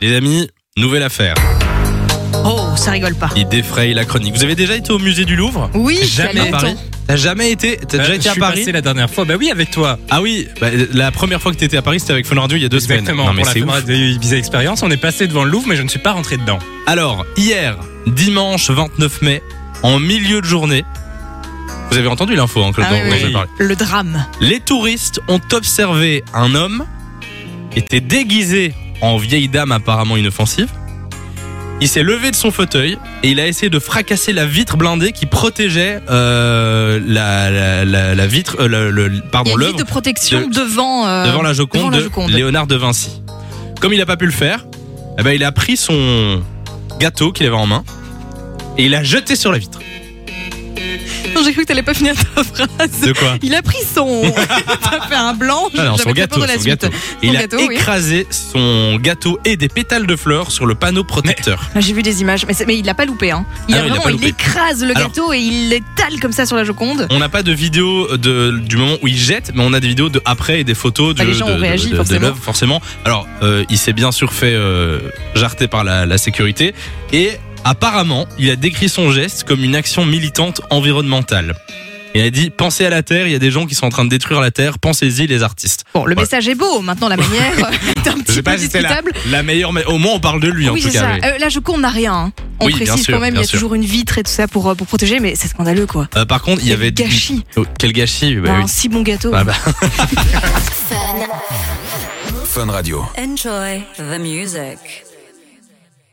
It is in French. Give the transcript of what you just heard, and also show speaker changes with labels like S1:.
S1: Les amis, nouvelle affaire.
S2: Oh, ça rigole pas.
S1: Il défraye la chronique. Vous avez déjà été au musée du Louvre Bah,
S2: Oui,
S1: Jamais
S2: il y a
S1: à Paris.
S2: longtemps.
S1: T'as jamais été T'as déjà été à Paris
S3: Euh, passé la dernière fois. Bah oui, avec toi.
S1: Ah oui, bah, la première fois que t'étais à Paris, c'était avec Fun Radio il y a deux
S3: Exactement.
S1: semaines. Non mais
S3: pour la
S1: c'est
S3: fin
S1: ouf.
S3: de Ibiza Experience, on est passé devant le Louvre, mais je ne suis pas rentré dedans.
S1: Alors, hier, dimanche 29 mai, en milieu de journée, vous avez entendu l'info hein, que
S2: Ah
S1: dont-
S2: oui,
S1: dont
S2: oui.
S1: j'ai parlé.
S2: Le drame.
S1: Les touristes ont observé un homme qui était déguisé en vieille dame apparemment inoffensive. Il s'est levé de son fauteuil et il a essayé de fracasser la vitre blindée qui protégeait euh, la, la- la- la vitre, euh, le- le-
S2: Il y
S1: pardon,
S2: a une
S1: l'œuvre
S2: liste de protection
S1: de-
S2: devant, euh,
S1: devant la Joconde
S2: devant la
S1: de
S2: Joconde.
S1: Léonard de Vinci. Comme il n'a pas pu le faire, eh ben, il a pris son gâteau qu'il avait en main et il l'a jeté sur la vitre.
S2: Non, j'ai cru que t'allais pas finir ta phrase.
S1: De quoi
S2: Il a pris son. T'as fait un blanc.
S1: Non, non,
S2: j'avais
S1: son
S2: très
S1: gâteau,
S2: peur de la
S1: son
S2: suite.
S1: gâteau. Et il a
S2: gâteau, oui.
S1: écrasé son gâteau et des pétales de fleurs sur le panneau protecteur.
S2: Ah, J'ai vu des images, mais, c'est- mais il l'a pas loupé. Hein. Il,
S1: Ah
S2: a
S1: non, il l'a
S2: vraiment,
S1: pas
S2: il,
S1: loupé.
S2: écrase le
S1: Alors-
S2: gâteau et il l'étale comme ça sur la Joconde.
S1: On n'a pas de vidéo de, du moment où il jette, mais on a des vidéos de après et des photos de,
S2: Bah, les gens
S1: de-
S2: ont
S1: de-
S2: réagi,
S1: de- de
S2: forcément.
S1: l'œuvre, forcément. Alors, euh, il s'est bien sûr fait euh, jarter par la, la sécurité et apparemment, il a décrit son geste comme une action militante environnementale. Il a dit pensez à la terre, il y a des gens qui sont en train de détruire la terre, pensez-y les artistes.
S2: Bon, le
S1: Ouais.
S2: message est beau. Maintenant, la manière euh, est un petit peu
S1: c'était la,
S2: discutable.
S1: la meilleure, mais au moins on parle de lui en
S2: oui,
S1: tout
S2: c'est
S1: cas.
S2: ça.
S1: oui.
S2: Euh, la Joconde n'a rien. hein. On
S1: Oui, bien
S2: précise
S1: sûr,
S2: quand même, il y
S1: bien
S2: a
S1: sûr.
S2: toujours une vitre et tout ça pour, euh, pour protéger, mais c'est scandaleux quoi.
S1: Euh, par contre, il y
S2: Quel
S1: avait
S2: gâchis.
S1: Oh, quel gâchis. bah
S2: Bah,
S1: oui.
S2: Un si bon gâteau.
S1: Ah bah.
S4: Enjoy the music.